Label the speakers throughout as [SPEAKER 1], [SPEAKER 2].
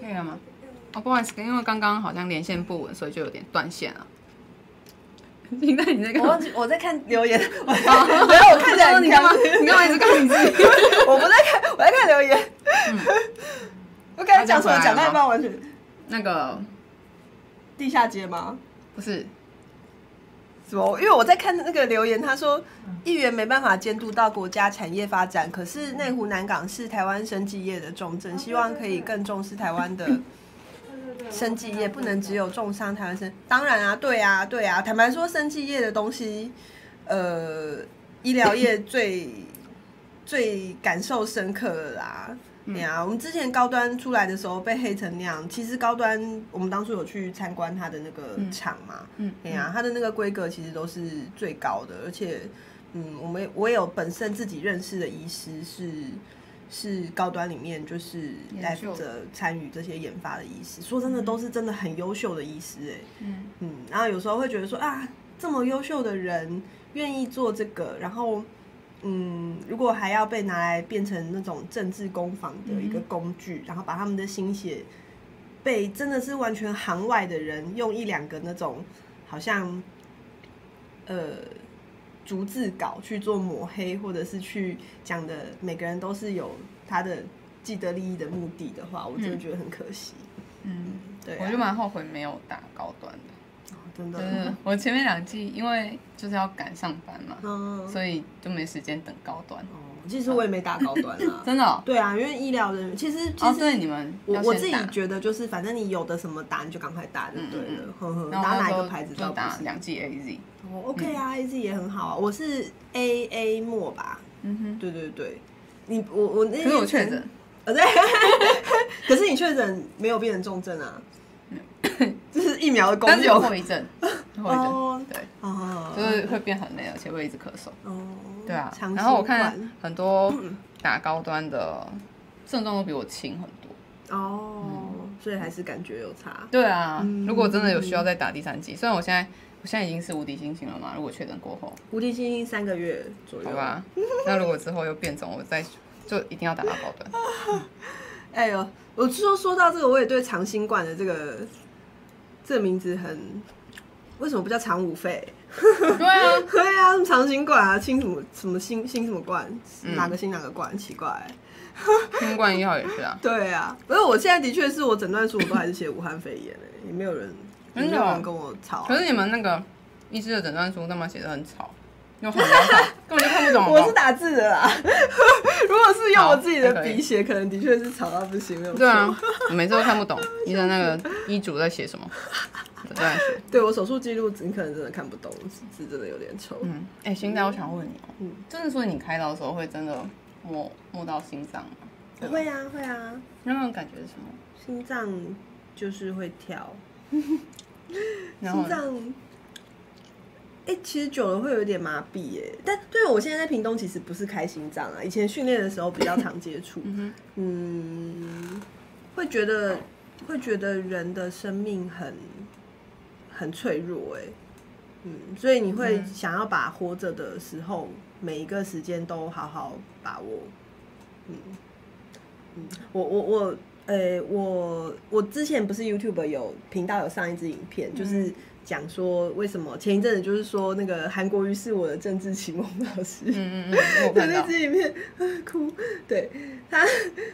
[SPEAKER 1] 可以了吗？哦，不好意思，因为刚刚好像连线不稳，所以就有点断线了。林丹，你在干
[SPEAKER 2] 我
[SPEAKER 1] 嘛
[SPEAKER 2] 忘？记我在看留 言，我没有我看起来很
[SPEAKER 1] 你干嘛
[SPEAKER 2] 开心？
[SPEAKER 1] 你干嘛一直看你自己？
[SPEAKER 2] 哦 我不在看，我在看留言。 我刚才讲什么？讲到一半完全
[SPEAKER 1] 那个
[SPEAKER 2] 地下街吗？
[SPEAKER 1] 不是，
[SPEAKER 2] 什么？因为我在看那个留言，他说议员没办法监督到国家产业发展，可是内湖南港是台湾生技业的重镇，希望可以更重视台湾 的生技业，不能只有重伤台湾生。当然啊，对啊，对啊。坦白说，生技业的东西，呃，医疗业最最感受深刻了啦。
[SPEAKER 1] 嗯
[SPEAKER 2] 对啊，我们之前高端出来的时候被黑成那样，其实高端我们当初有去参观它的那个厂嘛，
[SPEAKER 1] 嗯，
[SPEAKER 2] 对呀、它的那个规格其实都是最高的，而且，嗯，我们我也有本身自己认识的医师是是高端里面就是来
[SPEAKER 1] 研
[SPEAKER 2] 负
[SPEAKER 1] 究
[SPEAKER 2] 责参与这些研发的医师，说真的都是真的很优秀的医师哎、
[SPEAKER 1] 嗯
[SPEAKER 2] 嗯，然后有时候会觉得说啊，这么优秀的人愿意做这个，然后。嗯，如果还要被拿来变成那种政治攻防的一个
[SPEAKER 1] 嗯
[SPEAKER 2] 工具，然后把他们的心血被真的是完全行外的人用一两个那种好像呃逐字稿去做抹黑，或者是去讲的每个人都是有他的既得利益的目的的话，我真的觉得很可惜。
[SPEAKER 1] 嗯，
[SPEAKER 2] 对、
[SPEAKER 1] 我
[SPEAKER 2] 啊嗯
[SPEAKER 1] 就，蛮后悔没有打高端的。
[SPEAKER 2] 哦真
[SPEAKER 1] 就
[SPEAKER 2] 的，
[SPEAKER 1] 是我前面两季因为就是要赶上班嘛，
[SPEAKER 2] 嗯，
[SPEAKER 1] 所以就没时间等高端。
[SPEAKER 2] 哦其实我也没打高端 啊。
[SPEAKER 1] 真的哦，
[SPEAKER 2] 对啊，因为医疗人员其实其
[SPEAKER 1] 哦
[SPEAKER 2] 实
[SPEAKER 1] 对，你们
[SPEAKER 2] 我
[SPEAKER 1] 要
[SPEAKER 2] 我
[SPEAKER 1] 先
[SPEAKER 2] 自己
[SPEAKER 1] 打
[SPEAKER 2] 觉得就是，反正你有的什么打你就赶快打就对
[SPEAKER 1] 嗯嗯
[SPEAKER 2] 了，呵呵，
[SPEAKER 1] 然后
[SPEAKER 2] 打
[SPEAKER 1] 那
[SPEAKER 2] 哪
[SPEAKER 1] 时
[SPEAKER 2] 一
[SPEAKER 1] 候
[SPEAKER 2] 个牌子
[SPEAKER 1] 就
[SPEAKER 2] 倒不
[SPEAKER 1] 打
[SPEAKER 2] 是。
[SPEAKER 1] 两嗯季 AZ。
[SPEAKER 2] 哦 OK 啊，A Z 也很好啊，我是 A A 末吧，
[SPEAKER 1] 嗯哼，
[SPEAKER 2] 对对对，你我我那
[SPEAKER 1] 可是我
[SPEAKER 2] 天
[SPEAKER 1] 确诊，
[SPEAKER 2] 呃，对， 可是你确诊没有变成重症 啊，这是疫苗的功
[SPEAKER 1] 但是有
[SPEAKER 2] 用
[SPEAKER 1] 后遗 症，有后遗
[SPEAKER 2] 哦
[SPEAKER 1] 症，对，
[SPEAKER 2] 哦
[SPEAKER 1] 就是会变很累，而且会一直咳嗽。
[SPEAKER 2] 哦，
[SPEAKER 1] 对啊，
[SPEAKER 2] 长
[SPEAKER 1] 然后我
[SPEAKER 2] 新
[SPEAKER 1] 看
[SPEAKER 2] 冠
[SPEAKER 1] 很多打高端的症状都比我轻很多。
[SPEAKER 2] 哦，
[SPEAKER 1] 嗯
[SPEAKER 2] 所以还是感觉有差，
[SPEAKER 1] 对啊，
[SPEAKER 2] 嗯
[SPEAKER 1] 如果真的有需要再打第三剂，虽然我现在我现在已经是无敌星星了嘛，如果确诊过后，
[SPEAKER 2] 无敌星星三个月左右
[SPEAKER 1] 好，吧，那如果之后又变种，我再就一定要打到高 端。
[SPEAKER 2] 哎呦，我说说到这个，我也对长新冠的这个这个名字很，为什么不叫长五肺？
[SPEAKER 1] 对啊，
[SPEAKER 2] 对啊，什么长新冠啊，新什么什么新新什么冠，
[SPEAKER 1] 嗯
[SPEAKER 2] 哪个新哪个冠，奇怪、
[SPEAKER 1] 新冠一号也是啊，
[SPEAKER 2] 对啊，不是我现在的确是我诊断书我都还是写武汉肺炎、欸，也没有人，也
[SPEAKER 1] 真
[SPEAKER 2] 没
[SPEAKER 1] 的哦
[SPEAKER 2] 有人跟我吵啊、
[SPEAKER 1] 可是你们那个医师的诊断书干嘛写的很吵，又很潦 草，根本就看不懂。
[SPEAKER 2] 我是打字的啦， 如果是用我自己
[SPEAKER 1] 好
[SPEAKER 2] 的
[SPEAKER 1] 还可以
[SPEAKER 2] 笔写，可能的确是吵到不行，没有错
[SPEAKER 1] 对 啊，我每次都看不懂医生那个医嘱在写什 么。诊断书，
[SPEAKER 2] 对我手术记录，你可能真的看不懂，字真的有点丑。
[SPEAKER 1] 嗯，哎、现在我想问你哦、
[SPEAKER 2] 嗯
[SPEAKER 1] 真的说你开刀的时候会真的摸摸到心脏吗？
[SPEAKER 2] 会啊，会啊，
[SPEAKER 1] 那种感觉是什么？
[SPEAKER 2] 心脏就是会跳，
[SPEAKER 1] 然后
[SPEAKER 2] 心脏，哎、其实久了会有点麻痹耶、但对啊我现在在屏东其实不是开心脏啊，以前训练的时候比较常接触。
[SPEAKER 1] 嗯
[SPEAKER 2] 嗯，会觉得会觉得人的生命很很脆弱哎、嗯，所以你会
[SPEAKER 1] 嗯
[SPEAKER 2] 想要把活着的时候每一个时间都好好把握。嗯嗯，我我我，呃、我我之前不是 YouTube 有频道有上一支影片，就是讲说为什么前一阵子就是说那个韩国瑜是我的政治启蒙老师。
[SPEAKER 1] 嗯嗯嗯，我
[SPEAKER 2] 对
[SPEAKER 1] 看
[SPEAKER 2] 那
[SPEAKER 1] 到，
[SPEAKER 2] 支影片啊 哭，对他，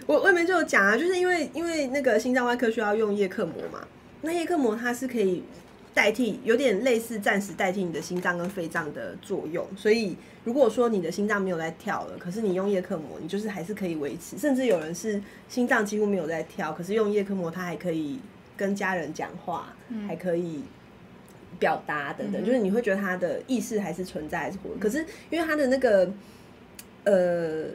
[SPEAKER 2] 我外面就有讲啊，就是因为因为那个心脏外科需要用叶克膜嘛，那叶克膜它是可以代替，有点类似暂时代替你的心脏跟肺脏的作用，所以如果说你的心脏没有在跳了，可是你用叶克膜，你就是还是可以维持，甚至有人是心脏几乎没有在跳，可是用叶克膜它还可以跟家人讲话，
[SPEAKER 1] 嗯
[SPEAKER 2] 还可以表达等等，就是你会觉得他的意识还是存在，还是活着。可是因为他的那个呃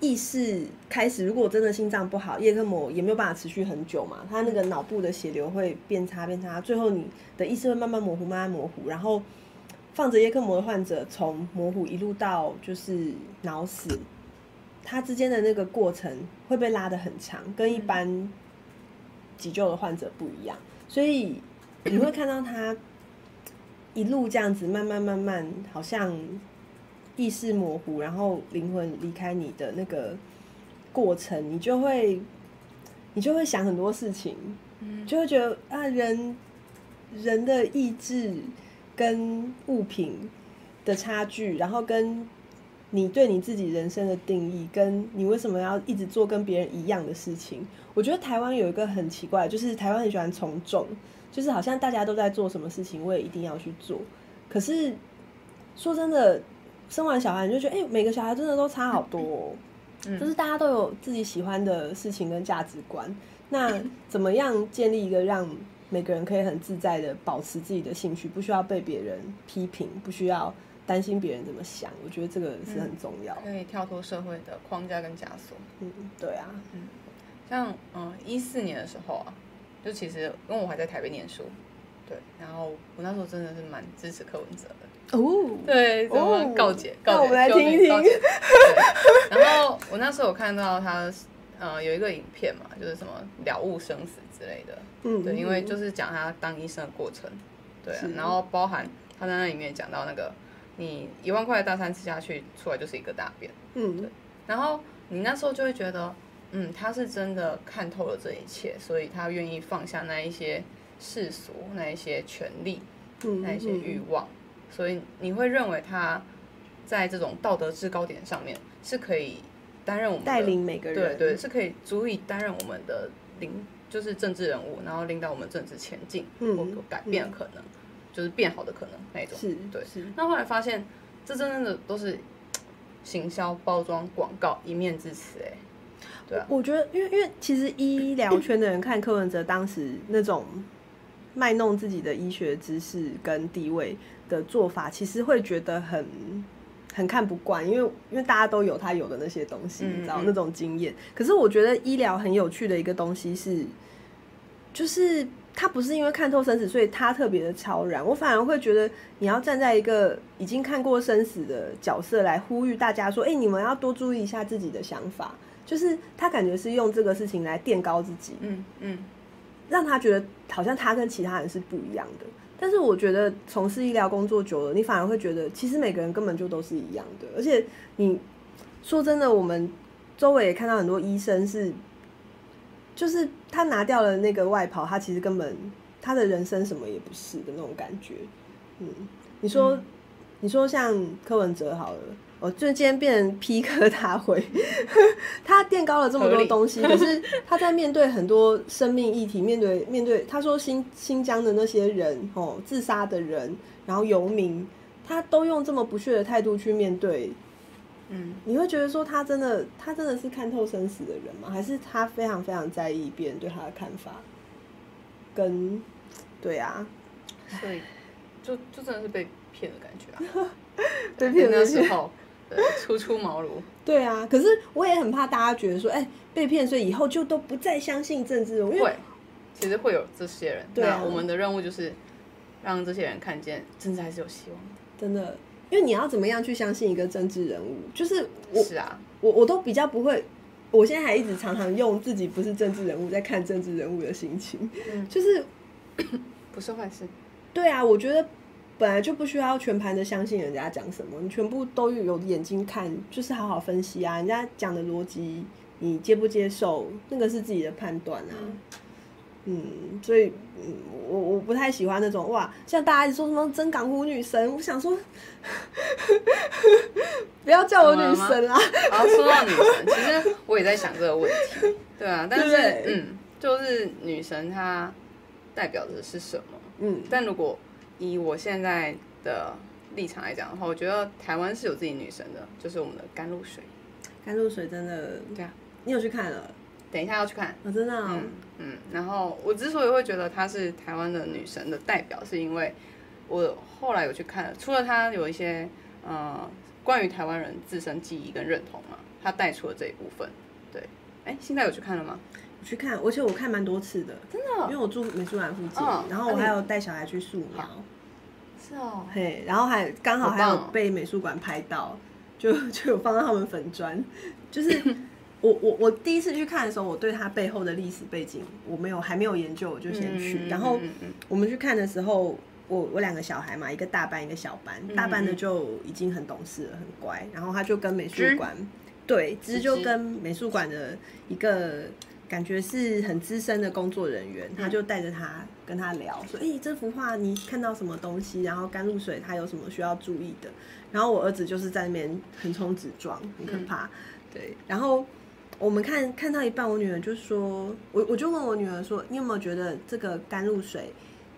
[SPEAKER 2] 意识开始，如果真的心脏不好，叶克膜也没有办法持续很久嘛，他那个脑部的血流会变差变差，最后你的意识会慢慢模糊，慢慢模糊，然后放着叶克膜的患者从模糊一路到就是脑死，他之间的那个过程会被拉得很长，跟一般急救的患者不一样，所以你会看到他一路这样子慢慢慢慢，好像意识模糊，然后灵魂离开你的那个过程，你就会你就会想很多事情，
[SPEAKER 1] 嗯
[SPEAKER 2] 就会觉得啊，人人的意志跟物品的差距，然后跟你对你自己人生的定义，跟你为什么要一直做跟别人一样的事情。我觉得台湾有一个很奇怪，就是台湾很喜欢从众，就是好像大家都在做什么事情，我也一定要去做。可是说真的，生完小孩你就觉得，哎、每个小孩真的都差好多、哦。
[SPEAKER 1] 嗯
[SPEAKER 2] 就是大家都有自己喜欢的事情跟价值观。 那怎么样建立一个让每个人可以很自在的保持自己的兴趣，不需要被别人批评，不需要担心别人怎么想？我觉得这个是很重要。
[SPEAKER 1] 可以跳脱社会的框架跟枷锁。
[SPEAKER 2] 嗯，对啊，
[SPEAKER 1] 像嗯一四年的时候啊，就其实因为我还在台北念书，对，然后我那时候真的是蛮支持柯文哲的，
[SPEAKER 2] 哦，
[SPEAKER 1] 对，怎么
[SPEAKER 2] 哦
[SPEAKER 1] 告解？
[SPEAKER 2] 那
[SPEAKER 1] 告
[SPEAKER 2] 我
[SPEAKER 1] 解，
[SPEAKER 2] 们来
[SPEAKER 1] 纠
[SPEAKER 2] 听一
[SPEAKER 1] 正告
[SPEAKER 2] 听
[SPEAKER 1] 解对，然后我那时候有看到他，呃，有一个影片嘛，就是什么了悟生死之类的，
[SPEAKER 2] 嗯，
[SPEAKER 1] 对，因为
[SPEAKER 2] 嗯
[SPEAKER 1] 就是讲他当医生的过程，对啊、
[SPEAKER 2] 是
[SPEAKER 1] 然后包含他在那里面讲到那个，你一万块的大餐吃下去，出来就是一个大便，
[SPEAKER 2] 嗯，
[SPEAKER 1] 然后你那时候就会觉得，嗯，他是真的看透了这一切，所以他愿意放下那一些世俗、那一些权利、
[SPEAKER 2] 嗯
[SPEAKER 1] 那一些欲望，所以你会认为他在这种道德制高点上面是可以担任我们的
[SPEAKER 2] 带领每个
[SPEAKER 1] 对
[SPEAKER 2] 人，
[SPEAKER 1] 对，，是可以足以担任我们的领，就是政治人物，然后领导我们政治前进，
[SPEAKER 2] 嗯
[SPEAKER 1] 或改变的可能，就是变好的可能那一种。
[SPEAKER 2] 是，
[SPEAKER 1] 对
[SPEAKER 2] 是，
[SPEAKER 1] 那后来发现，这真的都是行销、包装、广告一面之词，哎，对啊，
[SPEAKER 2] 我觉得，因为因为其实医疗圈的人看柯文哲当时那种卖弄自己的医学知识跟地位的做法，其实会觉得很很看不惯，因为因为大家都有他有的那些东西，
[SPEAKER 1] 嗯
[SPEAKER 2] 你知道
[SPEAKER 1] 嗯
[SPEAKER 2] 那种经验。可是我觉得医疗很有趣的一个东西是，就是他不是因为看透生死，所以他特别的超然。我反而会觉得，你要站在一个已经看过生死的角色来呼吁大家说：“哎、你们要多注意一下自己的想法。”就是他感觉是用这个事情来垫高自己，
[SPEAKER 1] 嗯嗯，
[SPEAKER 2] 让他觉得好像他跟其他人是不一样的。但是我觉得从事医疗工作久了，你反而会觉得其实每个人根本就都是一样的。而且你说真的，我们周围也看到很多医生是，就是他拿掉了那个外袍，他其实根本他的人生什么也不是的那种感觉。嗯，你说、你说像柯文哲好了，我就今天变成 批柯大会，他垫高了这
[SPEAKER 1] 嗯
[SPEAKER 2] 么
[SPEAKER 1] 合
[SPEAKER 2] 多
[SPEAKER 1] 理
[SPEAKER 2] 东西，可是他在面对很多生命议题，面对面对他说新新疆的那些人哦，自杀的人，然后游民，他都用这么不屑的态度去面对，
[SPEAKER 1] 嗯，
[SPEAKER 2] 你会觉得说他真的他真的是看透生死的人吗？还是他非常非常在意别人对他的看法？跟对啊，，
[SPEAKER 1] 所以就就真的是被骗的感觉啊
[SPEAKER 2] 被骗的
[SPEAKER 1] 那
[SPEAKER 2] 感觉
[SPEAKER 1] 时候，对，初出茅庐，
[SPEAKER 2] 对啊，可是我也很怕大家觉得说，哎、被骗，所以以后就都不再相信政治人物， 因为
[SPEAKER 1] 会，其实会有这些人，
[SPEAKER 2] 对啊
[SPEAKER 1] 那我们的任务就是让这些人看见，政治还是有希望的，
[SPEAKER 2] 真的，因为你要怎么样去相信一个政治人物？就是我
[SPEAKER 1] 是啊，
[SPEAKER 2] 我我都比较不会，我现在还一直常常用自己不是政治人物在看政治人物的心情，
[SPEAKER 1] 嗯
[SPEAKER 2] 就是
[SPEAKER 1] 不是坏事，
[SPEAKER 2] 对啊，我觉得本来就不需要全盘的相信人家讲什么，你全部都有眼睛看，就是好好分析啊，人家讲的逻辑你接不接受，那个是自己的判断啊。嗯，所以嗯，我我不太喜欢那种哇，像大家一直说什么真港湖女神，我想说， 不要叫我女神啊啦，
[SPEAKER 1] 然后说到女神，其实我也在想这个问题，对啊，但是
[SPEAKER 2] 对
[SPEAKER 1] 嗯，就是女神她代表的是什么？
[SPEAKER 2] 嗯
[SPEAKER 1] 但如果以我现在的立场来讲的话，我觉得台湾是有自己女神的，就是我们的甘露水。
[SPEAKER 2] 甘露水真的，
[SPEAKER 1] 对啊，
[SPEAKER 2] 你有去看了？
[SPEAKER 1] 等一下要去看，
[SPEAKER 2] 我、真的、啊，
[SPEAKER 1] 嗯嗯。然后我之所以会觉得她是台湾的女神的代表，是因为我后来有去看了，除了她有一些呃关于台湾人自身记忆跟认同嘛，她带出了这一部分。对，哎，现在有去看了吗？
[SPEAKER 2] 我去看，而且我看蛮多次的，
[SPEAKER 1] 真
[SPEAKER 2] 因为我住美术馆附近，
[SPEAKER 1] 嗯
[SPEAKER 2] 然后我
[SPEAKER 1] 那你
[SPEAKER 2] 还有带小孩去素描，
[SPEAKER 1] 是哦，
[SPEAKER 2] 嘿，然后还刚好
[SPEAKER 1] 好
[SPEAKER 2] 还
[SPEAKER 1] 棒
[SPEAKER 2] 有
[SPEAKER 1] 哦
[SPEAKER 2] 被美术馆拍到，就 就有放到他们粉砖，就是 我我我第一次去看的时候，我对它背后的历史背景我没有还没有研究，我就先去，
[SPEAKER 1] 嗯
[SPEAKER 2] 然后
[SPEAKER 1] 嗯嗯
[SPEAKER 2] 我们去看的时候。我我两个小孩嘛，一个大班，一个小班。大班的就已经很懂事了，很乖。然后他就跟美术
[SPEAKER 1] 知
[SPEAKER 2] 馆，对，
[SPEAKER 1] 知
[SPEAKER 2] 芝就
[SPEAKER 1] 知
[SPEAKER 2] 跟美术馆的一个感觉是很资深的工作人员，他就带着他跟他聊，说：“哎、这幅画你看到什么东西？然后甘露水它有什么需要注意的？”然后我儿子就是在那边横冲直撞，很可怕。对，然后我们看看到一半，我女儿就说：“我我就问我女儿说，你有没有觉得这个甘露水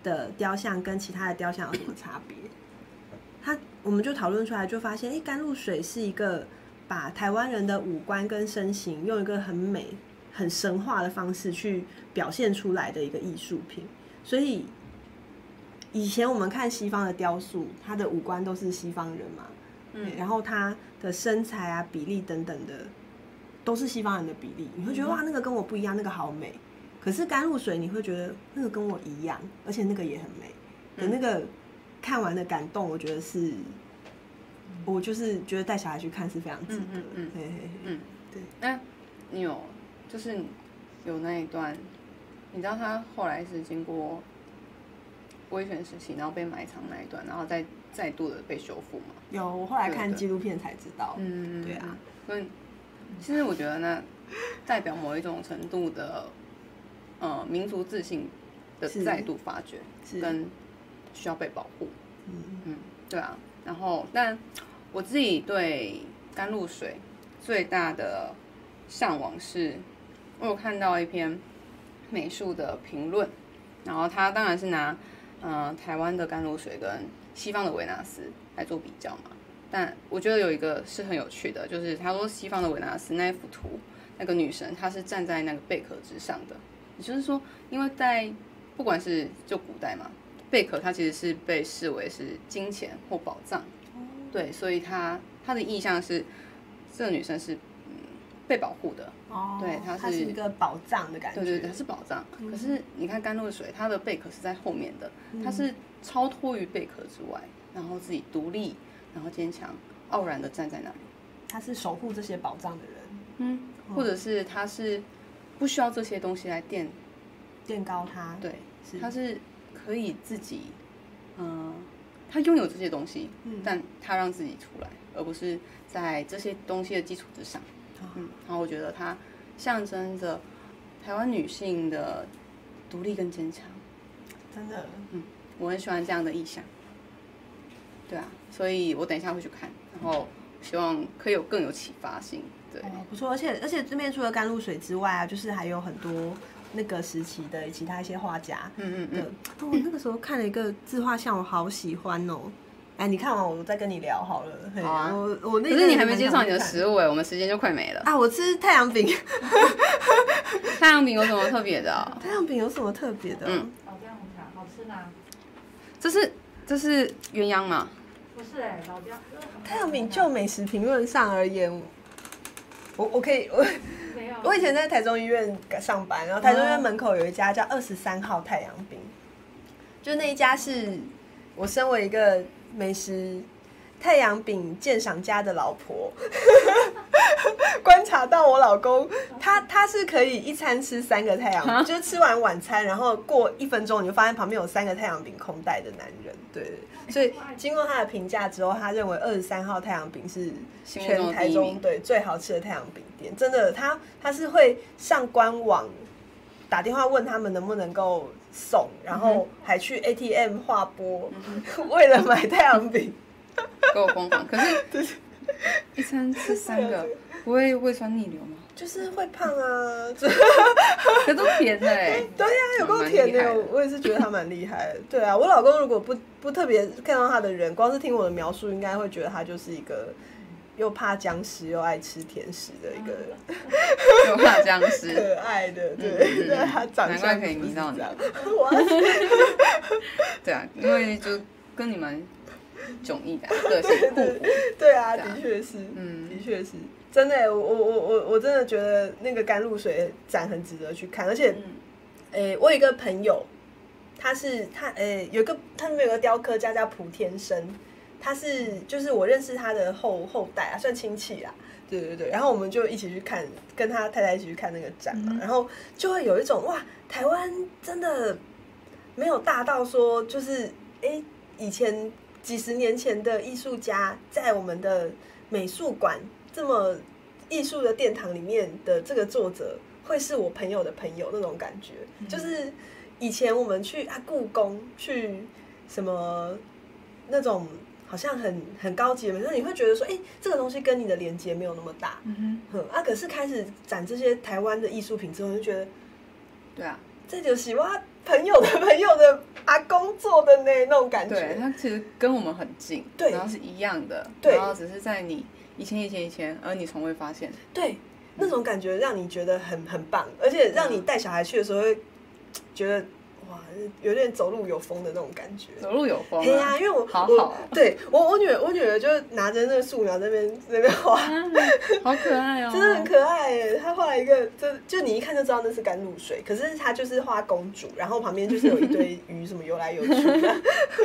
[SPEAKER 2] 的雕像跟其他的雕像有什么差别？”他我们就讨论出来，就发现，哎、甘露水是一个把台湾人的五官跟身形用一个很美、很神话的方式去表现出来的一个艺术品。所以以前我们看西方的雕塑，它的五官都是西方人嘛，
[SPEAKER 1] 嗯
[SPEAKER 2] 然后他的身材啊、比例等等的，都是西方人的比例，你会觉得
[SPEAKER 1] 嗯
[SPEAKER 2] 哇，那个跟我不一样，那个好美。可是甘露水，你会觉得那个跟我一样，而且那个也很美的
[SPEAKER 1] 嗯
[SPEAKER 2] 那个看完的感动，我觉得是，我就是觉得带小孩去看是非常值得
[SPEAKER 1] 嗯
[SPEAKER 2] 的。
[SPEAKER 1] 嗯嗯
[SPEAKER 2] 嘿嘿嘿
[SPEAKER 1] 嗯，
[SPEAKER 2] 对。
[SPEAKER 1] 那你有就是你有那一段，你知道他后来是经过威权时期，然后被埋藏那一段，然后再再度的被修复嘛？
[SPEAKER 2] 有，我后来看
[SPEAKER 1] 对对
[SPEAKER 2] 纪录片才知道，
[SPEAKER 1] 嗯
[SPEAKER 2] 对啊。
[SPEAKER 1] 所以其实我觉得那代表某一种程度的呃民族自信的
[SPEAKER 2] 是
[SPEAKER 1] 再度发掘
[SPEAKER 2] 是
[SPEAKER 1] 跟需要被保护。
[SPEAKER 2] 嗯，
[SPEAKER 1] 嗯，对啊。然后，但我自己对甘露水最大的向往是，我有看到一篇美术的评论，然后他当然是拿呃台湾的甘露水跟西方的维纳斯来做比较嘛。但我觉得有一个是很有趣的，就是他说西方的维纳斯那一幅图，那个女神她是站在那个贝壳之上的，也就是说，因为在不管是就古代嘛，贝壳它其实是被视为是金钱或宝藏，对，所以它它的意象是这个女生是嗯被保护的，
[SPEAKER 2] 哦
[SPEAKER 1] 对它
[SPEAKER 2] 它
[SPEAKER 1] 是
[SPEAKER 2] 是一个宝藏的感觉，嗯
[SPEAKER 1] 对对对，它是宝藏。可是你看甘露水，它的贝壳是在后面的，它是超脱于贝壳之外，然后自己独立，然后坚强，傲然的站在那里，
[SPEAKER 2] 它是守护这些宝藏的人，
[SPEAKER 1] 嗯，或
[SPEAKER 2] 哦
[SPEAKER 1] 者是它是不需要这些东西来垫
[SPEAKER 2] 垫高它，
[SPEAKER 1] 对，
[SPEAKER 2] 是
[SPEAKER 1] 他是可以自己，嗯、他拥有这些东西，
[SPEAKER 2] 嗯
[SPEAKER 1] 但他让自己出来，而不是在这些东西的基础之上。
[SPEAKER 2] 啊
[SPEAKER 1] 嗯，然后我觉得它象征着台湾女性的独立跟坚强，
[SPEAKER 2] 真的，
[SPEAKER 1] 我很喜欢这样的意象。对啊，所以我等一下会去看，然后希望可以有更有启发性。对，
[SPEAKER 2] 哦，不错，而且而且这边除了甘露水之外啊，就是还有很多那个时期的其他一些画家的。
[SPEAKER 1] 嗯嗯嗯，
[SPEAKER 2] 哦，我那个时候看了一个字画像，我好喜欢哦。哎，你看完我再跟你聊好了。嘿
[SPEAKER 1] 好啊
[SPEAKER 2] 我我那
[SPEAKER 1] 可是你还没介
[SPEAKER 2] 经
[SPEAKER 1] 绍
[SPEAKER 2] 常
[SPEAKER 1] 你的食物哎，我们时间就快没了。
[SPEAKER 2] 啊，我吃太阳饼，
[SPEAKER 1] 太阳饼有什么特别的哦、
[SPEAKER 2] 太阳饼有什么特别的？啊
[SPEAKER 1] 嗯
[SPEAKER 3] 老姜红茶好吃吗？
[SPEAKER 1] 这是这是鸳鸯嘛？
[SPEAKER 3] 不是哎、老姜
[SPEAKER 2] 太阳饼就美食评论上而言，我我可以我
[SPEAKER 3] 没有。
[SPEAKER 2] 我以前在台中医院上班，然后台中医院门口有一家叫二十三号太阳饼，就那一家是我身为一个美食太阳饼鉴赏家的老婆， 观察到我老公，他他是可以一餐吃三个太阳
[SPEAKER 1] 啊
[SPEAKER 2] 饼，就是吃完晚餐，然后过一分钟你就发现旁边有三个太阳饼空袋的男人，对对对，所以经过他的评价之后，他认为二十三号太阳饼是
[SPEAKER 1] 心目中
[SPEAKER 2] 全
[SPEAKER 1] 的
[SPEAKER 2] 台
[SPEAKER 1] 第一
[SPEAKER 2] 中
[SPEAKER 1] 名。
[SPEAKER 2] 对最好吃的太阳饼店，真的，他他是会上官网打电话问他们能不能够送，然
[SPEAKER 1] 嗯
[SPEAKER 2] 后还去 ATM 划拨， 为了买太阳饼。
[SPEAKER 1] 给我疯狂。可 是一餐吃三个，不会胃酸逆流吗？
[SPEAKER 2] 就是会胖 啊，这
[SPEAKER 1] 可都甜的哎、
[SPEAKER 2] 对啊呀、有够甜的，我我也是觉得他蛮厉害的。对啊，我老公如果不不特别看到他的人，光是听我的描述，应该会觉得他就是一个又怕僵尸又爱吃甜食的一个
[SPEAKER 1] 有怕僵尸。
[SPEAKER 2] 可爱的，
[SPEAKER 1] 嗯
[SPEAKER 2] 对，
[SPEAKER 1] 嗯
[SPEAKER 2] 对他长
[SPEAKER 1] 难怪
[SPEAKER 2] 相
[SPEAKER 1] 可以迷到你
[SPEAKER 2] 就是这样。 哇
[SPEAKER 1] 对啊，因为就跟你们迥异的啊个性互补。
[SPEAKER 2] 对啊，
[SPEAKER 1] 对啊
[SPEAKER 2] 的确是，
[SPEAKER 1] 嗯
[SPEAKER 2] 的确是，真的欸，我我我我我真的觉得那个甘露水展很值得去看，而且，
[SPEAKER 1] 嗯
[SPEAKER 2] 诶、我有一个朋友，他是他诶、有一个他们有个雕刻家叫蒲天生，他是就是我认识他的后后代啊，算亲戚啦。对对对，然后我们就一起去看，跟他太太一起去看那个展嘛，然后就会有一种哇，台湾真的没有大到说就是诶，以前几十年前的艺术家在我们的美术馆这么艺术的殿堂里面的这个作者，会是我朋友的朋友那种感觉。就是以前我们去啊故宫去什么那种好像很很高级的，那你会觉得说，哎、这个东西跟你的连接没有那么大。
[SPEAKER 4] 嗯
[SPEAKER 2] 嗯啊，可是开始展这些台湾的艺术品之后，就觉得
[SPEAKER 1] 对啊，
[SPEAKER 2] 这就是我朋友的朋友的阿公做的呢，那种感
[SPEAKER 1] 对，
[SPEAKER 2] 觉。
[SPEAKER 1] 它其实跟我们很近，
[SPEAKER 2] 对
[SPEAKER 1] 然后是一样的，
[SPEAKER 2] 对
[SPEAKER 1] 然后只是在你以前以前以前，而你从未发现，
[SPEAKER 2] 对，那种感觉让你觉得很很棒，而且让
[SPEAKER 1] 嗯
[SPEAKER 2] 你带小孩去的时候，会嘖觉得哇，有点走路有风的那种感觉。
[SPEAKER 1] 走路有风、
[SPEAKER 2] 嘿哎呀、
[SPEAKER 1] 啊，
[SPEAKER 2] 因为我
[SPEAKER 1] 好
[SPEAKER 2] 我
[SPEAKER 1] 好哦
[SPEAKER 2] 对我我女儿我女儿就拿着那个素描在那边在那边 画，
[SPEAKER 1] 好可爱哦，
[SPEAKER 2] 真的很可爱耶。她画了一个，就就你一看就知道那是甘露水，可是她就是画公主，然后旁边就是有一堆鱼什么游来游去的，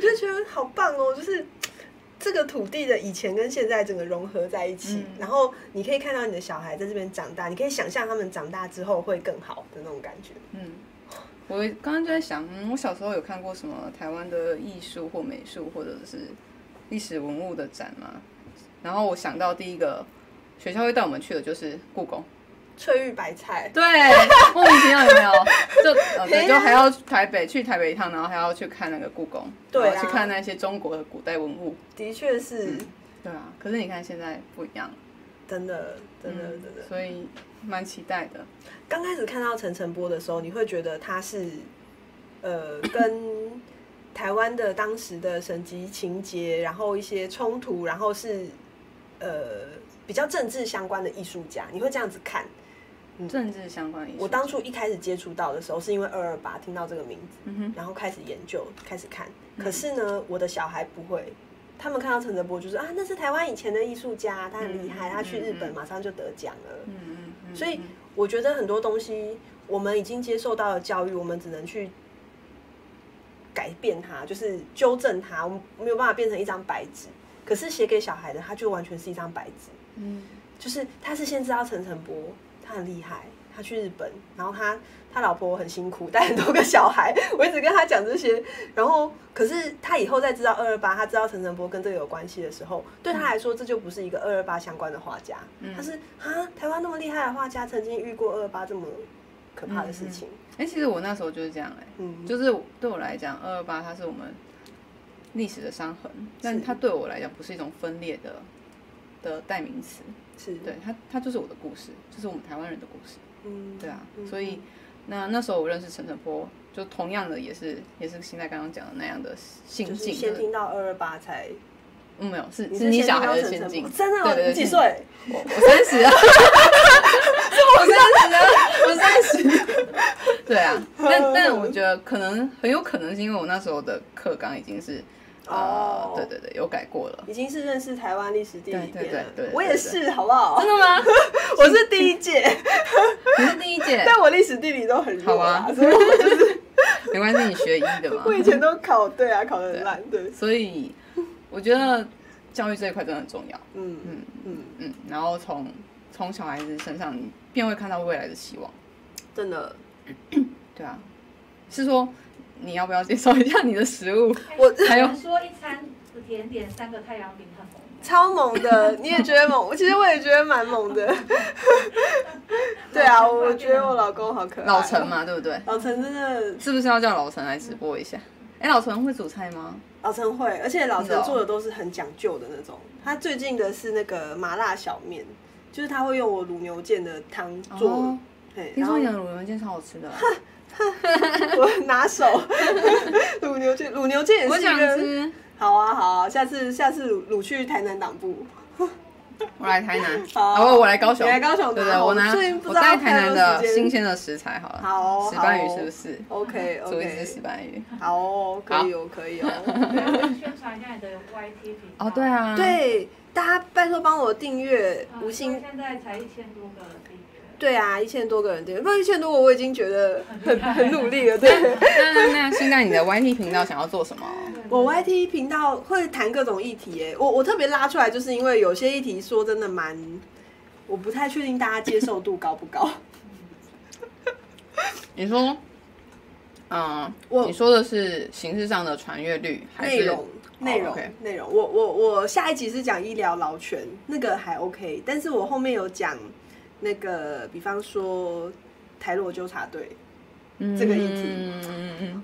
[SPEAKER 2] 就觉得好棒哦，就是。嘖这个土地的以前跟现在整个融合在一起，
[SPEAKER 1] 嗯
[SPEAKER 2] 然后你可以看到你的小孩在这边长大，你可以想象他们长大之后会更好的那种感觉。
[SPEAKER 1] 嗯，我刚刚就在想，嗯，我小时候有看过什么台湾的艺术或美术或者是历史文物的展吗？然后我想到第一个学校会带我们去的就是故宫，
[SPEAKER 2] 翠玉白菜，
[SPEAKER 1] 对，莫名其妙有没有？就 呃
[SPEAKER 2] 嘿
[SPEAKER 1] 对，
[SPEAKER 2] 啊
[SPEAKER 1] 就还要台北去台北一趟，然后还要去看那个故宫，
[SPEAKER 2] 对啊
[SPEAKER 1] 然后去看那些中国的古代文物，
[SPEAKER 2] 的确是、
[SPEAKER 1] 对啊。可是你看现在不一样，
[SPEAKER 2] 真的，
[SPEAKER 1] 嗯
[SPEAKER 2] 真的，真的。
[SPEAKER 1] 所以蛮期待的。
[SPEAKER 2] 刚开始看到陈晨波的时候，你会觉得他是 呃跟台湾的当时的省级情节，然后一些冲突，然后是呃比较政治相关的艺术家，你会这样子看。
[SPEAKER 1] 政治相关艺术，
[SPEAKER 2] 我当初一开始接触到的时候，是因为二二八听到这个名字，
[SPEAKER 1] 嗯哼，
[SPEAKER 2] 然后开始研究，开始看。可是
[SPEAKER 1] 嗯
[SPEAKER 2] 呢，我的小孩不会。他们看到陈哲波就说啊，那是台湾以前的艺术家，他很厉害，
[SPEAKER 1] 嗯
[SPEAKER 2] 他去日本
[SPEAKER 1] 嗯嗯
[SPEAKER 2] 马上就得奖了。
[SPEAKER 1] 嗯嗯嗯，
[SPEAKER 2] 所以
[SPEAKER 1] 嗯
[SPEAKER 2] 我觉得很多东西我们已经接受到的教育，我们只能去改变它，就是纠正它，我们没有办法变成一张白纸。可是写给小孩的，他就完全是一张白纸，
[SPEAKER 1] 嗯
[SPEAKER 2] 就是他是先知道陈晨博，他很厉害。他去日本，然后他他老婆很辛苦，带很多个小孩。我一直跟他讲这些，然后可是他以后再知道二二八，他知道陈晨波跟这个有关系的时候，对他来说这就不是一个二二八相关的画家，
[SPEAKER 1] 嗯
[SPEAKER 2] 他是啊，台湾那么厉害的画家，曾经遇过二八这么可怕的事情。
[SPEAKER 1] 哎、其实我那时候就是这样哎、
[SPEAKER 2] 嗯，
[SPEAKER 1] 就是对我来讲，二二八它是我们历史的伤痕，但它对我来讲不是一种分裂的的代名词，
[SPEAKER 2] 嗯是，
[SPEAKER 1] 对它它就是我的故事，就是我们台湾人的故事，
[SPEAKER 2] 嗯，
[SPEAKER 1] 对啊，
[SPEAKER 2] 嗯
[SPEAKER 1] 所以那那时候我认识陈晨波，就同样的也是也是现在刚刚讲的那样的心
[SPEAKER 2] 就是
[SPEAKER 1] 境
[SPEAKER 2] 先
[SPEAKER 1] 的，
[SPEAKER 2] 听到二二八才，
[SPEAKER 1] 嗯，没有是
[SPEAKER 2] 你
[SPEAKER 1] 是你
[SPEAKER 2] 先
[SPEAKER 1] 小
[SPEAKER 2] 听到
[SPEAKER 1] 孩的
[SPEAKER 2] 陈
[SPEAKER 1] 心
[SPEAKER 2] 诚
[SPEAKER 1] 境
[SPEAKER 2] 博，真的、
[SPEAKER 1] 对
[SPEAKER 2] 哦，
[SPEAKER 1] 对对嗯
[SPEAKER 2] 你几
[SPEAKER 1] 是
[SPEAKER 2] 岁？
[SPEAKER 1] 我我三十啊，我三十啊，我三十。对啊，但但我觉得可能很有可能是因为我那时候的课纲已经是呃
[SPEAKER 2] 哦，
[SPEAKER 1] 对对对，有改过了。
[SPEAKER 2] 已经是认识台湾历史地理
[SPEAKER 1] 对对
[SPEAKER 2] 遍了，
[SPEAKER 1] 对对对
[SPEAKER 2] 我也是，好不好？
[SPEAKER 1] 真的吗？
[SPEAKER 2] 我是第一 届，
[SPEAKER 1] 你是第一届，
[SPEAKER 2] 但我历史地理都很弱、
[SPEAKER 1] 好啊
[SPEAKER 2] 所以我就是
[SPEAKER 1] 没关系，你学医的嘛
[SPEAKER 2] 我。以前都考对啊，考得很烂，对，
[SPEAKER 1] 所以我觉得教育这一块真的很重要。
[SPEAKER 2] 嗯嗯
[SPEAKER 1] 嗯
[SPEAKER 2] 嗯，
[SPEAKER 1] 嗯，然后从从小孩子身上，你便会看到未来的希望。
[SPEAKER 2] 真的，
[SPEAKER 1] 对啊，是说你要不要介绍一下你的食物？
[SPEAKER 2] 我
[SPEAKER 1] 还有
[SPEAKER 3] 我们哎说一餐的甜点三个太阳饼很红，
[SPEAKER 2] 超猛的， 你也觉得猛，其实我也觉得蛮猛的。 对啊，我觉得我老公好可爱。
[SPEAKER 1] 老陈，嘛，对不对？
[SPEAKER 2] 老陈真的，
[SPEAKER 1] 是不是要叫老陈来直播一下？哎、老陈会煮菜吗？
[SPEAKER 2] 老陈会，而且老
[SPEAKER 1] 真的
[SPEAKER 2] 陈
[SPEAKER 1] 哦
[SPEAKER 2] 做的都是很讲究的那种。他最近的是那个麻辣小面，就是他会用我卤牛腱的汤做。
[SPEAKER 1] 哦
[SPEAKER 2] 嘿
[SPEAKER 1] 听
[SPEAKER 2] 然
[SPEAKER 1] 说
[SPEAKER 2] 后
[SPEAKER 1] 你的卤牛腱超好吃的，
[SPEAKER 2] 我拿手卤牛腱，卤牛腱也
[SPEAKER 1] 我
[SPEAKER 2] 是
[SPEAKER 1] 想
[SPEAKER 2] 一个
[SPEAKER 1] 吃。
[SPEAKER 2] 好啊好啊，下次下次卤卤去台南党部，
[SPEAKER 1] 我来台 南，
[SPEAKER 2] 好
[SPEAKER 1] 然后我来高雄，
[SPEAKER 2] 哦你来高雄拿
[SPEAKER 1] 对对，
[SPEAKER 2] 好
[SPEAKER 1] 我拿
[SPEAKER 2] 最近不
[SPEAKER 1] 我
[SPEAKER 2] 知道
[SPEAKER 1] 带台南
[SPEAKER 2] 还有
[SPEAKER 1] 的
[SPEAKER 2] 没有时间
[SPEAKER 1] 新鲜的食材好了，
[SPEAKER 2] 好哦
[SPEAKER 1] 石斑鱼
[SPEAKER 2] 好哦
[SPEAKER 1] 是不是？
[SPEAKER 2] OK
[SPEAKER 1] 煮一只
[SPEAKER 2] OK，
[SPEAKER 1] 石斑鱼。
[SPEAKER 2] 好哦，可以哦可以哦。
[SPEAKER 3] 然后宣传一下你的 YT 频道。
[SPEAKER 1] 哦，对，啊，，
[SPEAKER 2] 对，大家拜托帮我订阅
[SPEAKER 3] 啊、
[SPEAKER 2] 五星。
[SPEAKER 3] 现在才一千多个订阅，
[SPEAKER 2] 对啊，一千多个人订阅，不然一千多个我已经觉得很很努力 了。对，
[SPEAKER 1] 那那现在你的 YT 频道想要做什么？
[SPEAKER 2] 我 YT 频道会谈各种议题耶，我我特别拉出来，就是因为有些议题说真的蛮，我不太确定大家接受度高不高。
[SPEAKER 1] 你说，嗯，
[SPEAKER 2] 我
[SPEAKER 1] 你说的是形式上的传阅率，还是哦
[SPEAKER 2] 内容内容
[SPEAKER 1] OK
[SPEAKER 2] 内容，我我我下一集是讲医疗劳权，那个还 OK，但是我后面有讲那个，比方说台罗纠察队这个议题，
[SPEAKER 1] 嗯嗯嗯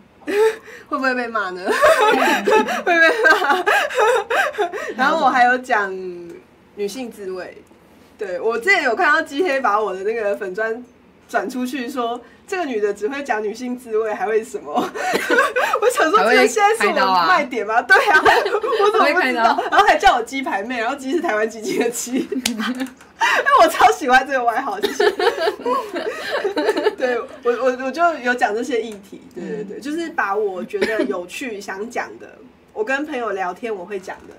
[SPEAKER 2] 会不会被骂呢？ 会被骂。 然后我还有讲女性自慰，对我之前有看到鸡黑把我的那个粉砖转出去说，这个女的只会讲女性自慰，还会什么？ 我想说
[SPEAKER 1] 还
[SPEAKER 2] 这
[SPEAKER 1] 会
[SPEAKER 2] 个现在是我
[SPEAKER 1] 开刀
[SPEAKER 2] 的
[SPEAKER 1] 啊
[SPEAKER 2] 卖点吗？对啊，我怎么
[SPEAKER 1] 还
[SPEAKER 2] 不
[SPEAKER 1] 会开
[SPEAKER 2] 知道
[SPEAKER 1] 刀？
[SPEAKER 2] 然后还叫我鸡排妹，然后鸡是台湾鸡鸡的鸡， 因为我超喜欢这个外号，谢谢。 对我我我就有讲这些议题，对对对，就是把我觉得有趣想讲的，我跟朋友聊天我会讲的，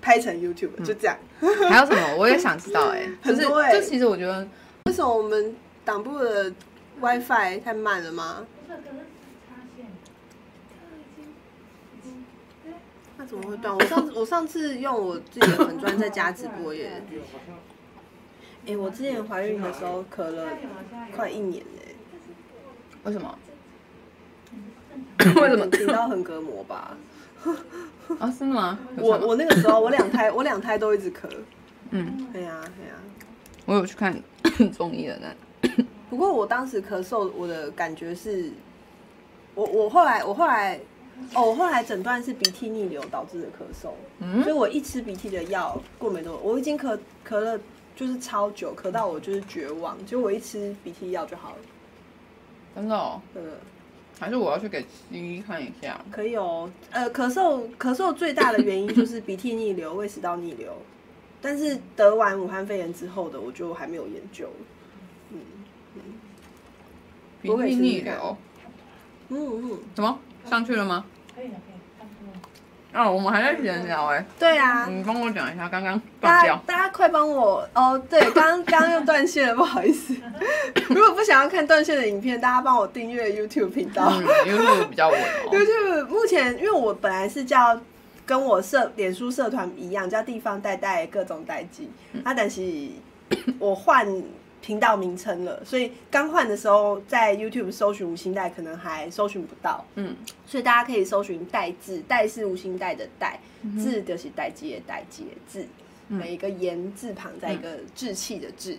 [SPEAKER 2] 拍成 YouTube 就这样。
[SPEAKER 1] 嗯，还有什么？我也想知道哎、就
[SPEAKER 2] 很
[SPEAKER 1] 是
[SPEAKER 2] 多欸
[SPEAKER 1] 就其实我觉得
[SPEAKER 2] 为什么我们党部的 WiFi 太慢了吗？
[SPEAKER 3] 不是，可是插线的，这已经已经
[SPEAKER 2] 那怎么会断？我上次我上次用我自己的粉砖在家直播耶。啊哎、我之前怀孕的时候咳了
[SPEAKER 3] 现在有了，现在有
[SPEAKER 2] 快
[SPEAKER 3] 了，
[SPEAKER 2] 一年哎、
[SPEAKER 1] 为什么
[SPEAKER 2] 为什么顶到横膈膜吧？
[SPEAKER 1] 啊？真的吗？有
[SPEAKER 2] 我
[SPEAKER 1] 差吗
[SPEAKER 2] 我那个时候我两胎我两胎都一直咳。
[SPEAKER 1] 嗯，
[SPEAKER 2] 对呀、对啊呀、
[SPEAKER 1] 我有去看 中医的，但
[SPEAKER 2] 不过我当时咳嗽，我的感觉是，我我后来我后来哦，我后来诊断是鼻涕逆流导致的咳嗽，所以
[SPEAKER 1] 嗯，
[SPEAKER 2] 我一吃鼻涕的药，过没多久，我已经咳咳了就是超久，咳到我就是绝望，结果我一吃鼻涕药就好了，
[SPEAKER 1] 真的哦，
[SPEAKER 2] 呃，
[SPEAKER 1] 还是我要去给西医看一下。
[SPEAKER 2] 可以哦，呃，咳嗽咳嗽最大的原因就是鼻涕逆流、胃食道逆流，但是得完武汉肺炎之后的，我就还没有研究，嗯
[SPEAKER 1] 鼻涕逆流，
[SPEAKER 2] 嗯嗯，
[SPEAKER 1] 哦什么上去了吗？
[SPEAKER 3] 可以了，可以了，差不多了。
[SPEAKER 1] 哦，我们还在闲聊哎、
[SPEAKER 2] 对啊，
[SPEAKER 1] 你帮我讲一下刚刚断
[SPEAKER 2] 大家
[SPEAKER 1] 掉。
[SPEAKER 2] 大家快帮我哦！对，刚刚又断线了，不好意思。 如果不想要看断线的影片，大家帮我订阅 YouTube 频道。
[SPEAKER 1] 嗯，因为我比较稳哦。
[SPEAKER 2] YouTube 目前，因为我本来是叫跟我社脸书社团一样，叫地方代代各种代记，啊，但是 我换频道名称了，所以刚换的时候在 YouTube 搜寻无心代可能还搜寻不到，
[SPEAKER 1] 嗯，
[SPEAKER 2] 所以大家可以搜寻代字，代是无心代的代，字就是代记的代记的字，每一个言字旁在一个志气的志。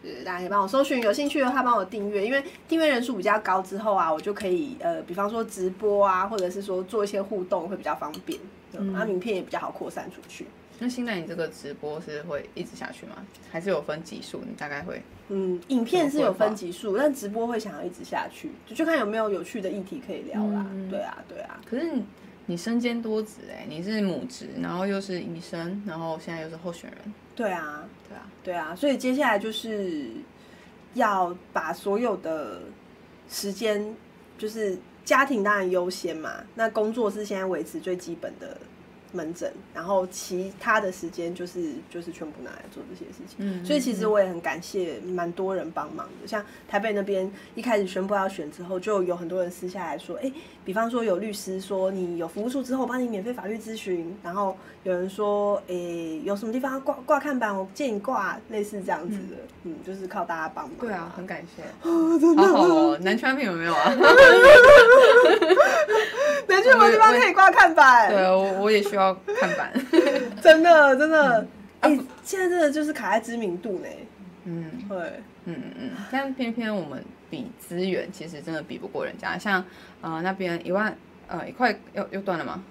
[SPEAKER 2] 对，大家可以帮我搜寻，有兴趣的话帮我订阅，因为订阅人数比较高之后啊，我就可以呃，比方说直播啊，或者是说做一些互动会比较方便，嗯，啊，名片也比较好扩散出去。
[SPEAKER 1] 那现在你这个直播是会一直下去吗？还是有分级数？你大概会？
[SPEAKER 2] 嗯，影片是有分级数，但直播会想要一直下去，就就看有没有有趣的议题可以聊啦。
[SPEAKER 1] 嗯
[SPEAKER 2] 对啊，对啊，
[SPEAKER 1] 可是你你身兼多职哎、你是母职，然后又是医生，然后现在又是候选人，
[SPEAKER 2] 对啊，
[SPEAKER 1] 对啊，
[SPEAKER 2] 对啊，所以接下来就是要把所有的时间，就是家庭当然优先嘛，那工作是现在维持最基本的门诊，然后其他的时间就是就是全部拿来做这些事情。
[SPEAKER 1] 嗯
[SPEAKER 2] 所以其实我也很感谢蛮多人帮忙的，像台北那边一开始宣布要选之后，就有很多人私下来说，哎、比方说有律师说你有服务处之后，我帮你免费法律咨询，然后有人说，哎、有什么地方要挂挂看板，我建议挂，类似这样子的，嗯就是靠大家帮忙。
[SPEAKER 1] 对啊，很感谢，好好哦。南川品有没有啊？
[SPEAKER 2] 能去什么地方可以挂看板？
[SPEAKER 1] 对，啊呃我我也需要看板。
[SPEAKER 2] 真的真
[SPEAKER 1] 啊
[SPEAKER 2] 的，哎、现在真的就是卡在知名度呢，
[SPEAKER 1] 嗯，
[SPEAKER 2] 对，
[SPEAKER 1] 嗯嗯，嗯，但偏偏我们比资源，其实真的比不过人家。像呃那边一万呃一块又又断了吗？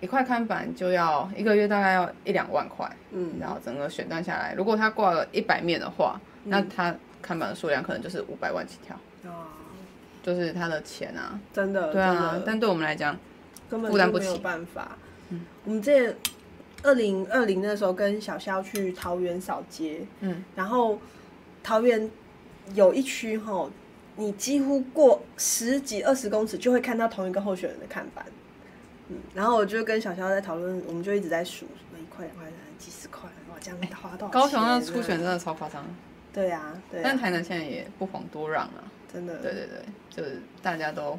[SPEAKER 1] 一块看板就要一个月大概要一两万块，
[SPEAKER 2] 嗯，
[SPEAKER 1] 然后整个选段下来，如果他挂了一百面的话，
[SPEAKER 2] 嗯
[SPEAKER 1] 那他看板的数量可能就是五百万起跳，
[SPEAKER 2] 啊，
[SPEAKER 1] 就是他的钱啊。
[SPEAKER 2] 真的，
[SPEAKER 1] 对啊
[SPEAKER 2] 呃真，的
[SPEAKER 1] 但对我们来讲，
[SPEAKER 2] 根本
[SPEAKER 1] 负担
[SPEAKER 2] 就
[SPEAKER 1] 不
[SPEAKER 2] 没有
[SPEAKER 1] 起嗯
[SPEAKER 2] 办法。我们这二零二零那时候跟小肖去桃园扫街，
[SPEAKER 1] 嗯，
[SPEAKER 2] 然后桃园有一区吼，你几乎过十几二十公尺就会看到同一个候选人的看板。嗯，然后我就跟小肖在讨论，我们就一直在数什么一块两块几十块，哇，这样花多少钱啊、
[SPEAKER 1] 哎高雄的初选真的超夸张，
[SPEAKER 2] 对啊，对
[SPEAKER 1] 但
[SPEAKER 2] 啊，
[SPEAKER 1] 台南现在也不遑多让啊。
[SPEAKER 2] 真的
[SPEAKER 1] 对对对，就是大家都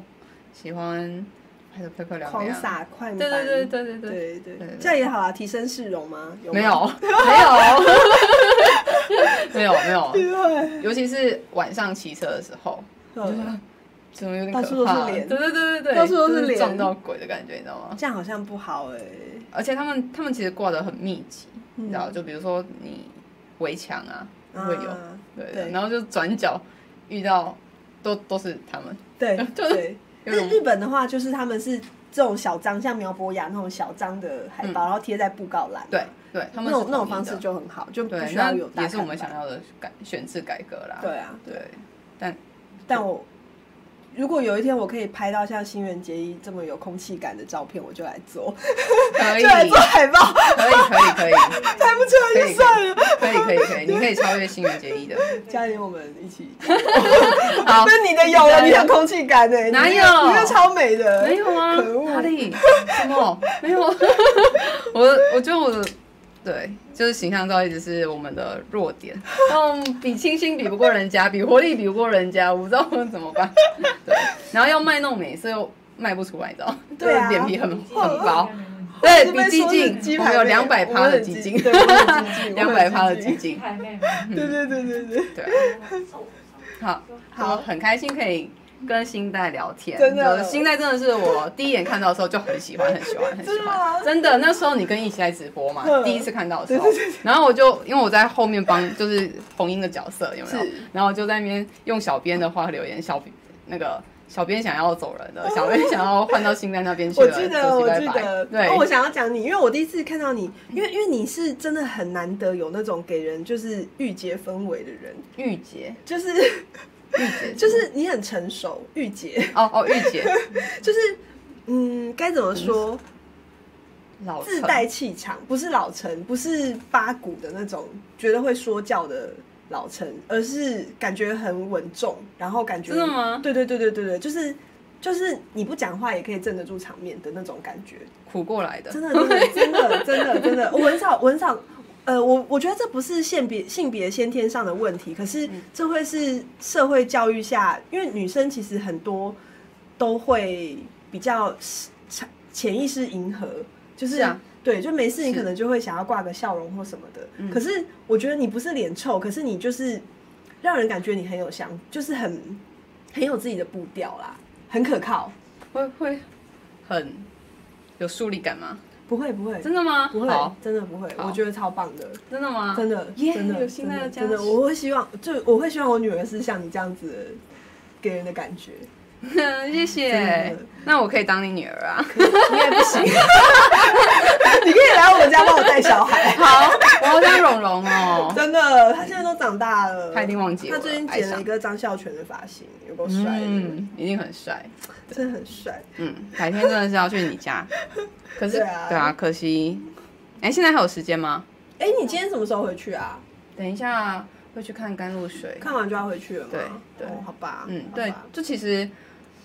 [SPEAKER 1] 喜欢拍的漂漂亮亮，
[SPEAKER 2] 狂撒快板，
[SPEAKER 1] 对对对对对对
[SPEAKER 2] 对对
[SPEAKER 1] 对对
[SPEAKER 2] 这样也好啊，提升市容吗？有
[SPEAKER 1] 没
[SPEAKER 2] 没
[SPEAKER 1] 有，没有， 没有，没有，尤其是晚上骑车的时候，啊
[SPEAKER 2] 有？
[SPEAKER 1] 怎么有点
[SPEAKER 2] 到
[SPEAKER 1] 可
[SPEAKER 2] 处都是
[SPEAKER 1] 怕？
[SPEAKER 2] 脸
[SPEAKER 1] 对对对对对，
[SPEAKER 2] 到处都是
[SPEAKER 1] 就
[SPEAKER 2] 脸
[SPEAKER 1] 撞到鬼的感觉，你知道吗？
[SPEAKER 2] 这样好像不好哎、
[SPEAKER 1] 而且他们他们其实挂的很密集，你知道，
[SPEAKER 2] 嗯
[SPEAKER 1] 就比如说你围墙啊，会有，
[SPEAKER 2] 啊
[SPEAKER 1] 对
[SPEAKER 2] 对
[SPEAKER 1] 然后就转角遇到都都是他们，
[SPEAKER 2] 对
[SPEAKER 1] 就是
[SPEAKER 2] 对。
[SPEAKER 1] 有
[SPEAKER 2] 那
[SPEAKER 1] 种
[SPEAKER 2] 日本的话，就是他们是这种小张，像苗博雅那种小张的海报，然后贴在布告栏。
[SPEAKER 1] 嗯对，对，他们
[SPEAKER 2] 那种
[SPEAKER 1] 是
[SPEAKER 2] 那
[SPEAKER 1] 统
[SPEAKER 2] 种
[SPEAKER 1] 一
[SPEAKER 2] 方
[SPEAKER 1] 的
[SPEAKER 2] 式就很好，就不
[SPEAKER 1] 对，
[SPEAKER 2] 需
[SPEAKER 1] 那
[SPEAKER 2] 要有大
[SPEAKER 1] 也是我们
[SPEAKER 2] 看
[SPEAKER 1] 想
[SPEAKER 2] 板。
[SPEAKER 1] 要的改选制改革啦。
[SPEAKER 2] 对啊，
[SPEAKER 1] 对，
[SPEAKER 2] 但我如果有一天我可以拍到像新垣结衣这么有空气感的照片，我就来做，
[SPEAKER 1] 可以，
[SPEAKER 2] 就来做
[SPEAKER 1] 可
[SPEAKER 2] 海 报，
[SPEAKER 1] 以，可以，可以，
[SPEAKER 2] 拍不出来就算了。
[SPEAKER 1] 可以，可以，可以，你可以超越新垣结衣的。
[SPEAKER 2] 嘉玲，我们一起。
[SPEAKER 1] 好，
[SPEAKER 2] 那你的有了，你有空气感呢？
[SPEAKER 1] 哪
[SPEAKER 2] 你
[SPEAKER 1] 有
[SPEAKER 2] 那你那超美的，
[SPEAKER 1] 没有啊
[SPEAKER 2] 可恶，
[SPEAKER 1] 哪里？什么？没有。 我我觉得我的对，就是形象照一直是我们的弱点。嗯，比清新比不过人家，比活力比不过人家，我不知道我们怎么办。 对，然后要卖弄美色又卖不出来，你知道吗？
[SPEAKER 2] 对啊
[SPEAKER 1] 就是 脸皮很 很
[SPEAKER 3] 包
[SPEAKER 1] 薄。对
[SPEAKER 2] 是
[SPEAKER 1] 比
[SPEAKER 2] 被
[SPEAKER 1] 激
[SPEAKER 2] 说是鸡
[SPEAKER 1] 进，我
[SPEAKER 2] 排
[SPEAKER 1] 们有
[SPEAKER 2] 妹
[SPEAKER 1] 两百
[SPEAKER 2] 我
[SPEAKER 1] 趴
[SPEAKER 2] 们
[SPEAKER 1] 的
[SPEAKER 2] 很
[SPEAKER 1] 激
[SPEAKER 2] 激
[SPEAKER 1] 进，
[SPEAKER 2] 对我们很激进 我
[SPEAKER 1] 两
[SPEAKER 2] 们
[SPEAKER 1] 百
[SPEAKER 2] 很
[SPEAKER 1] 趴的
[SPEAKER 2] 激
[SPEAKER 1] 激
[SPEAKER 2] 进
[SPEAKER 1] 进，
[SPEAKER 3] 排妹，
[SPEAKER 2] 对对对对对，
[SPEAKER 1] 对，
[SPEAKER 3] 瘦
[SPEAKER 1] 好，
[SPEAKER 2] 好
[SPEAKER 1] 好，很开心可以跟新代聊天，
[SPEAKER 2] 真的
[SPEAKER 1] 就是新代真的是我第一眼看到的时候就很喜欢，很喜欢，很喜
[SPEAKER 2] 真的吗
[SPEAKER 1] 欢，真的。那时候你跟一起在直播嘛
[SPEAKER 2] 嗯，
[SPEAKER 1] 第一次看到的时候，然后我就因为我在后面帮就是红英的角色有没有
[SPEAKER 2] 是？
[SPEAKER 1] 然后我就在那边用小编的话留言，小编那个。小编想要走 人了，小编想要换到新代那边去
[SPEAKER 2] 我
[SPEAKER 1] 了。就
[SPEAKER 2] 记得，
[SPEAKER 1] 是
[SPEAKER 2] 我
[SPEAKER 1] 拜
[SPEAKER 2] 记
[SPEAKER 1] 拜
[SPEAKER 2] 得，
[SPEAKER 1] 对，
[SPEAKER 2] 哦我想要讲你，因为我第一次看到你，因为因为你是真的很难得有那种给人就是御姐氛围的人，
[SPEAKER 1] 御姐，
[SPEAKER 2] 就是
[SPEAKER 1] 御姐
[SPEAKER 2] 就是你很成熟，御姐
[SPEAKER 1] 哦哦，御 姐
[SPEAKER 2] 就是嗯，该怎么说，
[SPEAKER 1] 老
[SPEAKER 2] 自
[SPEAKER 1] 成
[SPEAKER 2] 带气场，不是老成，不是八股的那种，觉得会说教的。老成，而是感觉很稳重，然后感觉
[SPEAKER 1] 真的吗
[SPEAKER 2] 对对对对对对，就是就是你不讲话也可以镇得住场面的那种感觉。
[SPEAKER 1] 苦过来的，
[SPEAKER 2] 真的， 真的，真的，真的，真的，我很少，我很少，呃，我我觉得这不是性别性别先天上的问题，可是
[SPEAKER 1] 嗯
[SPEAKER 2] 这会是社会教育下，因为女生其实很多都会比较潜潜意识迎合，就是
[SPEAKER 1] 是啊
[SPEAKER 2] 对，就没事你
[SPEAKER 1] 是
[SPEAKER 2] 可能就会想要挂个笑容或什么的。
[SPEAKER 1] 嗯
[SPEAKER 2] 可是我觉得你不是脸臭，可是你就是让人感觉你很有想，就是很很有自己的步调啦，很可靠。
[SPEAKER 1] 会会很有疏离感吗？
[SPEAKER 2] 不会不会，
[SPEAKER 1] 真的吗？
[SPEAKER 2] 不会
[SPEAKER 1] 好，，
[SPEAKER 2] 真的不会，
[SPEAKER 1] 好
[SPEAKER 2] 我觉得超棒的。
[SPEAKER 1] 真的吗？
[SPEAKER 2] 真的，
[SPEAKER 1] 耶
[SPEAKER 2] 真的，
[SPEAKER 1] 有新
[SPEAKER 2] 真
[SPEAKER 1] 的
[SPEAKER 2] 的，
[SPEAKER 1] 加
[SPEAKER 2] 真的，我会希望，就我会希望我女儿是像你这样子的给人的感觉，
[SPEAKER 1] 谢
[SPEAKER 2] 真
[SPEAKER 1] 谢
[SPEAKER 2] 的。
[SPEAKER 1] 那我可以当你女儿啊？
[SPEAKER 2] 应该不 行。 你可以来我们家帮我带小孩，
[SPEAKER 1] 好，我要当蓉蓉哦。
[SPEAKER 2] 真的，她现在都长大了，
[SPEAKER 1] 她一定忘记我
[SPEAKER 2] 她
[SPEAKER 1] 了
[SPEAKER 2] 最近剪了一个张孝全的发型，有够帅的，
[SPEAKER 1] 嗯，一定很帅。
[SPEAKER 2] 真的很帅。
[SPEAKER 1] 嗯，改天真的是要去你 家，可是
[SPEAKER 2] 对啊
[SPEAKER 1] 对啊，可惜。哎，现在还有时间吗？
[SPEAKER 2] 哎，你今天什么时候回去啊？
[SPEAKER 1] 等一下会去看甘露水。
[SPEAKER 2] 看完就要回去了吗？
[SPEAKER 1] 对对
[SPEAKER 2] 哦好吧，
[SPEAKER 1] 嗯
[SPEAKER 2] 好，吧
[SPEAKER 1] 对，就其实，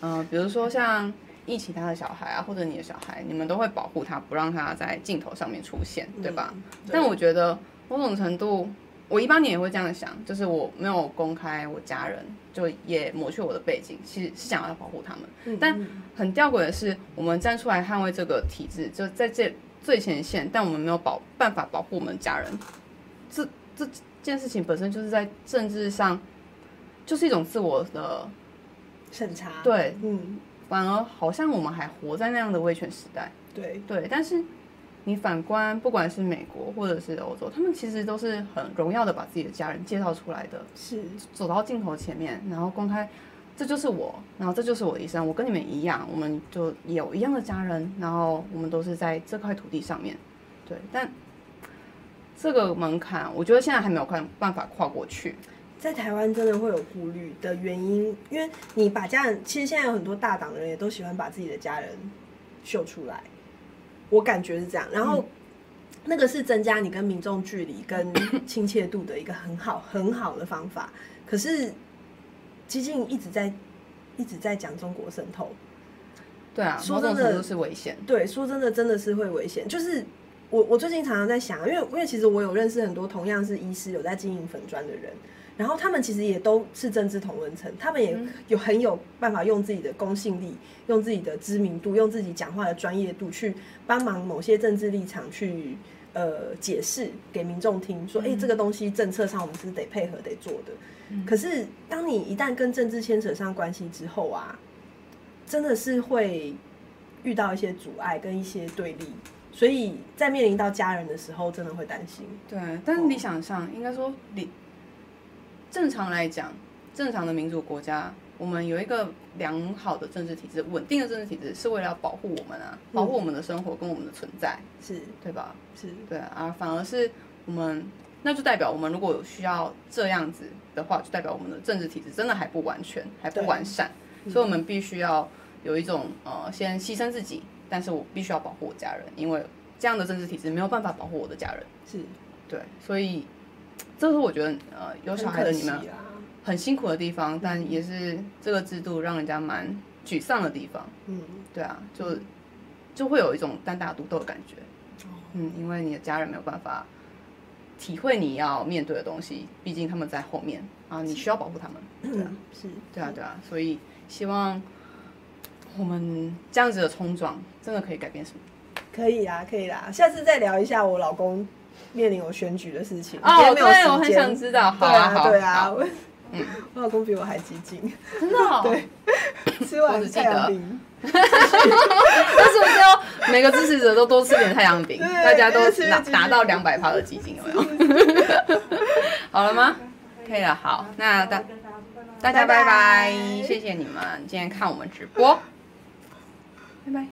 [SPEAKER 1] 呃，比如说像一起他的小孩啊，或者你的小孩，你们都会保护他，不让他在镜头上面出现，对吧？
[SPEAKER 2] 嗯
[SPEAKER 1] 但我觉得某种程度，我一八年也会这样想，就是我没有公开我家人，就也抹去我的背景，其实是想要保护他们。
[SPEAKER 2] 嗯
[SPEAKER 1] 但
[SPEAKER 2] 嗯
[SPEAKER 1] 很吊诡的是，我们站出来捍卫这个体制，就在这最前线，但我们没有保办法保护我们家人。这这件事情本身就是在政治上，就是一种自我的
[SPEAKER 2] 审查，，
[SPEAKER 1] 对，
[SPEAKER 2] 嗯，
[SPEAKER 1] 反而好像我们还活在那样的威权时代。
[SPEAKER 2] 对，
[SPEAKER 1] 对，但是你反观，不管是美国或者是欧洲，他们其实都是很荣耀的把自己的家人介绍出来的，
[SPEAKER 2] 是，
[SPEAKER 1] 走到镜头前面，然后公开，这就是我，然后这就是我的一生，我跟你们一样，我们就有一样的家人，然后我们都是在这块土地上面，对，但。这个门槛，我觉得现在还没有办办法跨过去。
[SPEAKER 2] 在台湾真的会有顾虑的原因，因为你把家人，其实现在有很多大党人也都喜欢把自己的家人秀出来，我感觉是这样。然后、那个是增加你跟民众距离跟亲切度的一个很好很好的方法。可是激进一直在一直在讲中国渗透，
[SPEAKER 1] 对啊，
[SPEAKER 2] 说
[SPEAKER 1] 某种
[SPEAKER 2] 真的
[SPEAKER 1] 程度是危险。
[SPEAKER 2] 对，说真的，真的是会危险。就是我我最近常常在想，啊因为因为其实我有认识很多同样是医师有在经营粉砖的人，然后他们其实也都是政治同文层，他们也有很有办法用自己的公信力、用自己的知名度、用自己讲话的专业度去帮忙某些政治立场去。呃，解释给民众听，说，哎、这个东西政策上我们是得配合得做的。可是，当你一旦跟政治牵扯上关系之后啊，真的是会遇到一些阻碍跟一些对立，所以在面临到家人的时候，真的会担心。
[SPEAKER 1] 对，但是理想上应该说理正常来讲，正常的民主国家，我们有一个良好的政治体制，稳定的政治体制是为了要保护我们啊，保护我们的生活跟我们的存在，
[SPEAKER 2] 是
[SPEAKER 1] 对吧？
[SPEAKER 2] 是，
[SPEAKER 1] 对啊，反而是我们，那就代表我们如果有需要这样子的话，就代表我们的政治体制真的还不完全，还不
[SPEAKER 2] 对
[SPEAKER 1] 完善，所以我们必须要有一种呃，先牺牲自己，但是我必须要保护我家人，因为这样的政治体制没有办法保护我的家人。
[SPEAKER 2] 是
[SPEAKER 1] 对，所以这是我觉得呃，有小孩的你们
[SPEAKER 2] 很可惜啊
[SPEAKER 1] 很嗯辛苦的地方，但也是这个制度让人家蛮沮丧的地方。
[SPEAKER 2] 嗯，
[SPEAKER 1] 对啊，就就会有一种单打独斗的感觉。嗯，因为你的家人没有办法体会你要面对的东西，毕竟他们在后面啊，你需要保护他们。对啊，
[SPEAKER 2] 嗯是，
[SPEAKER 1] 对啊，对啊，所以希望我们这样子的冲撞真的可以改变什么。
[SPEAKER 2] 可以啦，可以啦，下次再聊一下我老公面临我选举的事情。
[SPEAKER 1] 哦，
[SPEAKER 2] 今天没有时
[SPEAKER 1] 对，
[SPEAKER 2] 间
[SPEAKER 1] 我很想知道。好
[SPEAKER 2] 对
[SPEAKER 1] 好，
[SPEAKER 2] 啊，对啊，
[SPEAKER 1] 好嗯
[SPEAKER 2] 我 我老公比我还激 进，
[SPEAKER 1] 真的哦。
[SPEAKER 2] 对吃
[SPEAKER 1] 我只
[SPEAKER 2] 完
[SPEAKER 1] 记得
[SPEAKER 2] 太阳饼，
[SPEAKER 1] 但是我们要每个支持者都多吃点太阳饼，
[SPEAKER 2] 对
[SPEAKER 1] 大家都
[SPEAKER 2] 多吃
[SPEAKER 1] 拿
[SPEAKER 2] 点鸡
[SPEAKER 1] 达到两百趴的基金有没有？好了吗？可以了，好，那大大家拜
[SPEAKER 2] 拜
[SPEAKER 1] 拜
[SPEAKER 2] 拜，
[SPEAKER 1] 谢谢你们今天看我们直播，拜拜。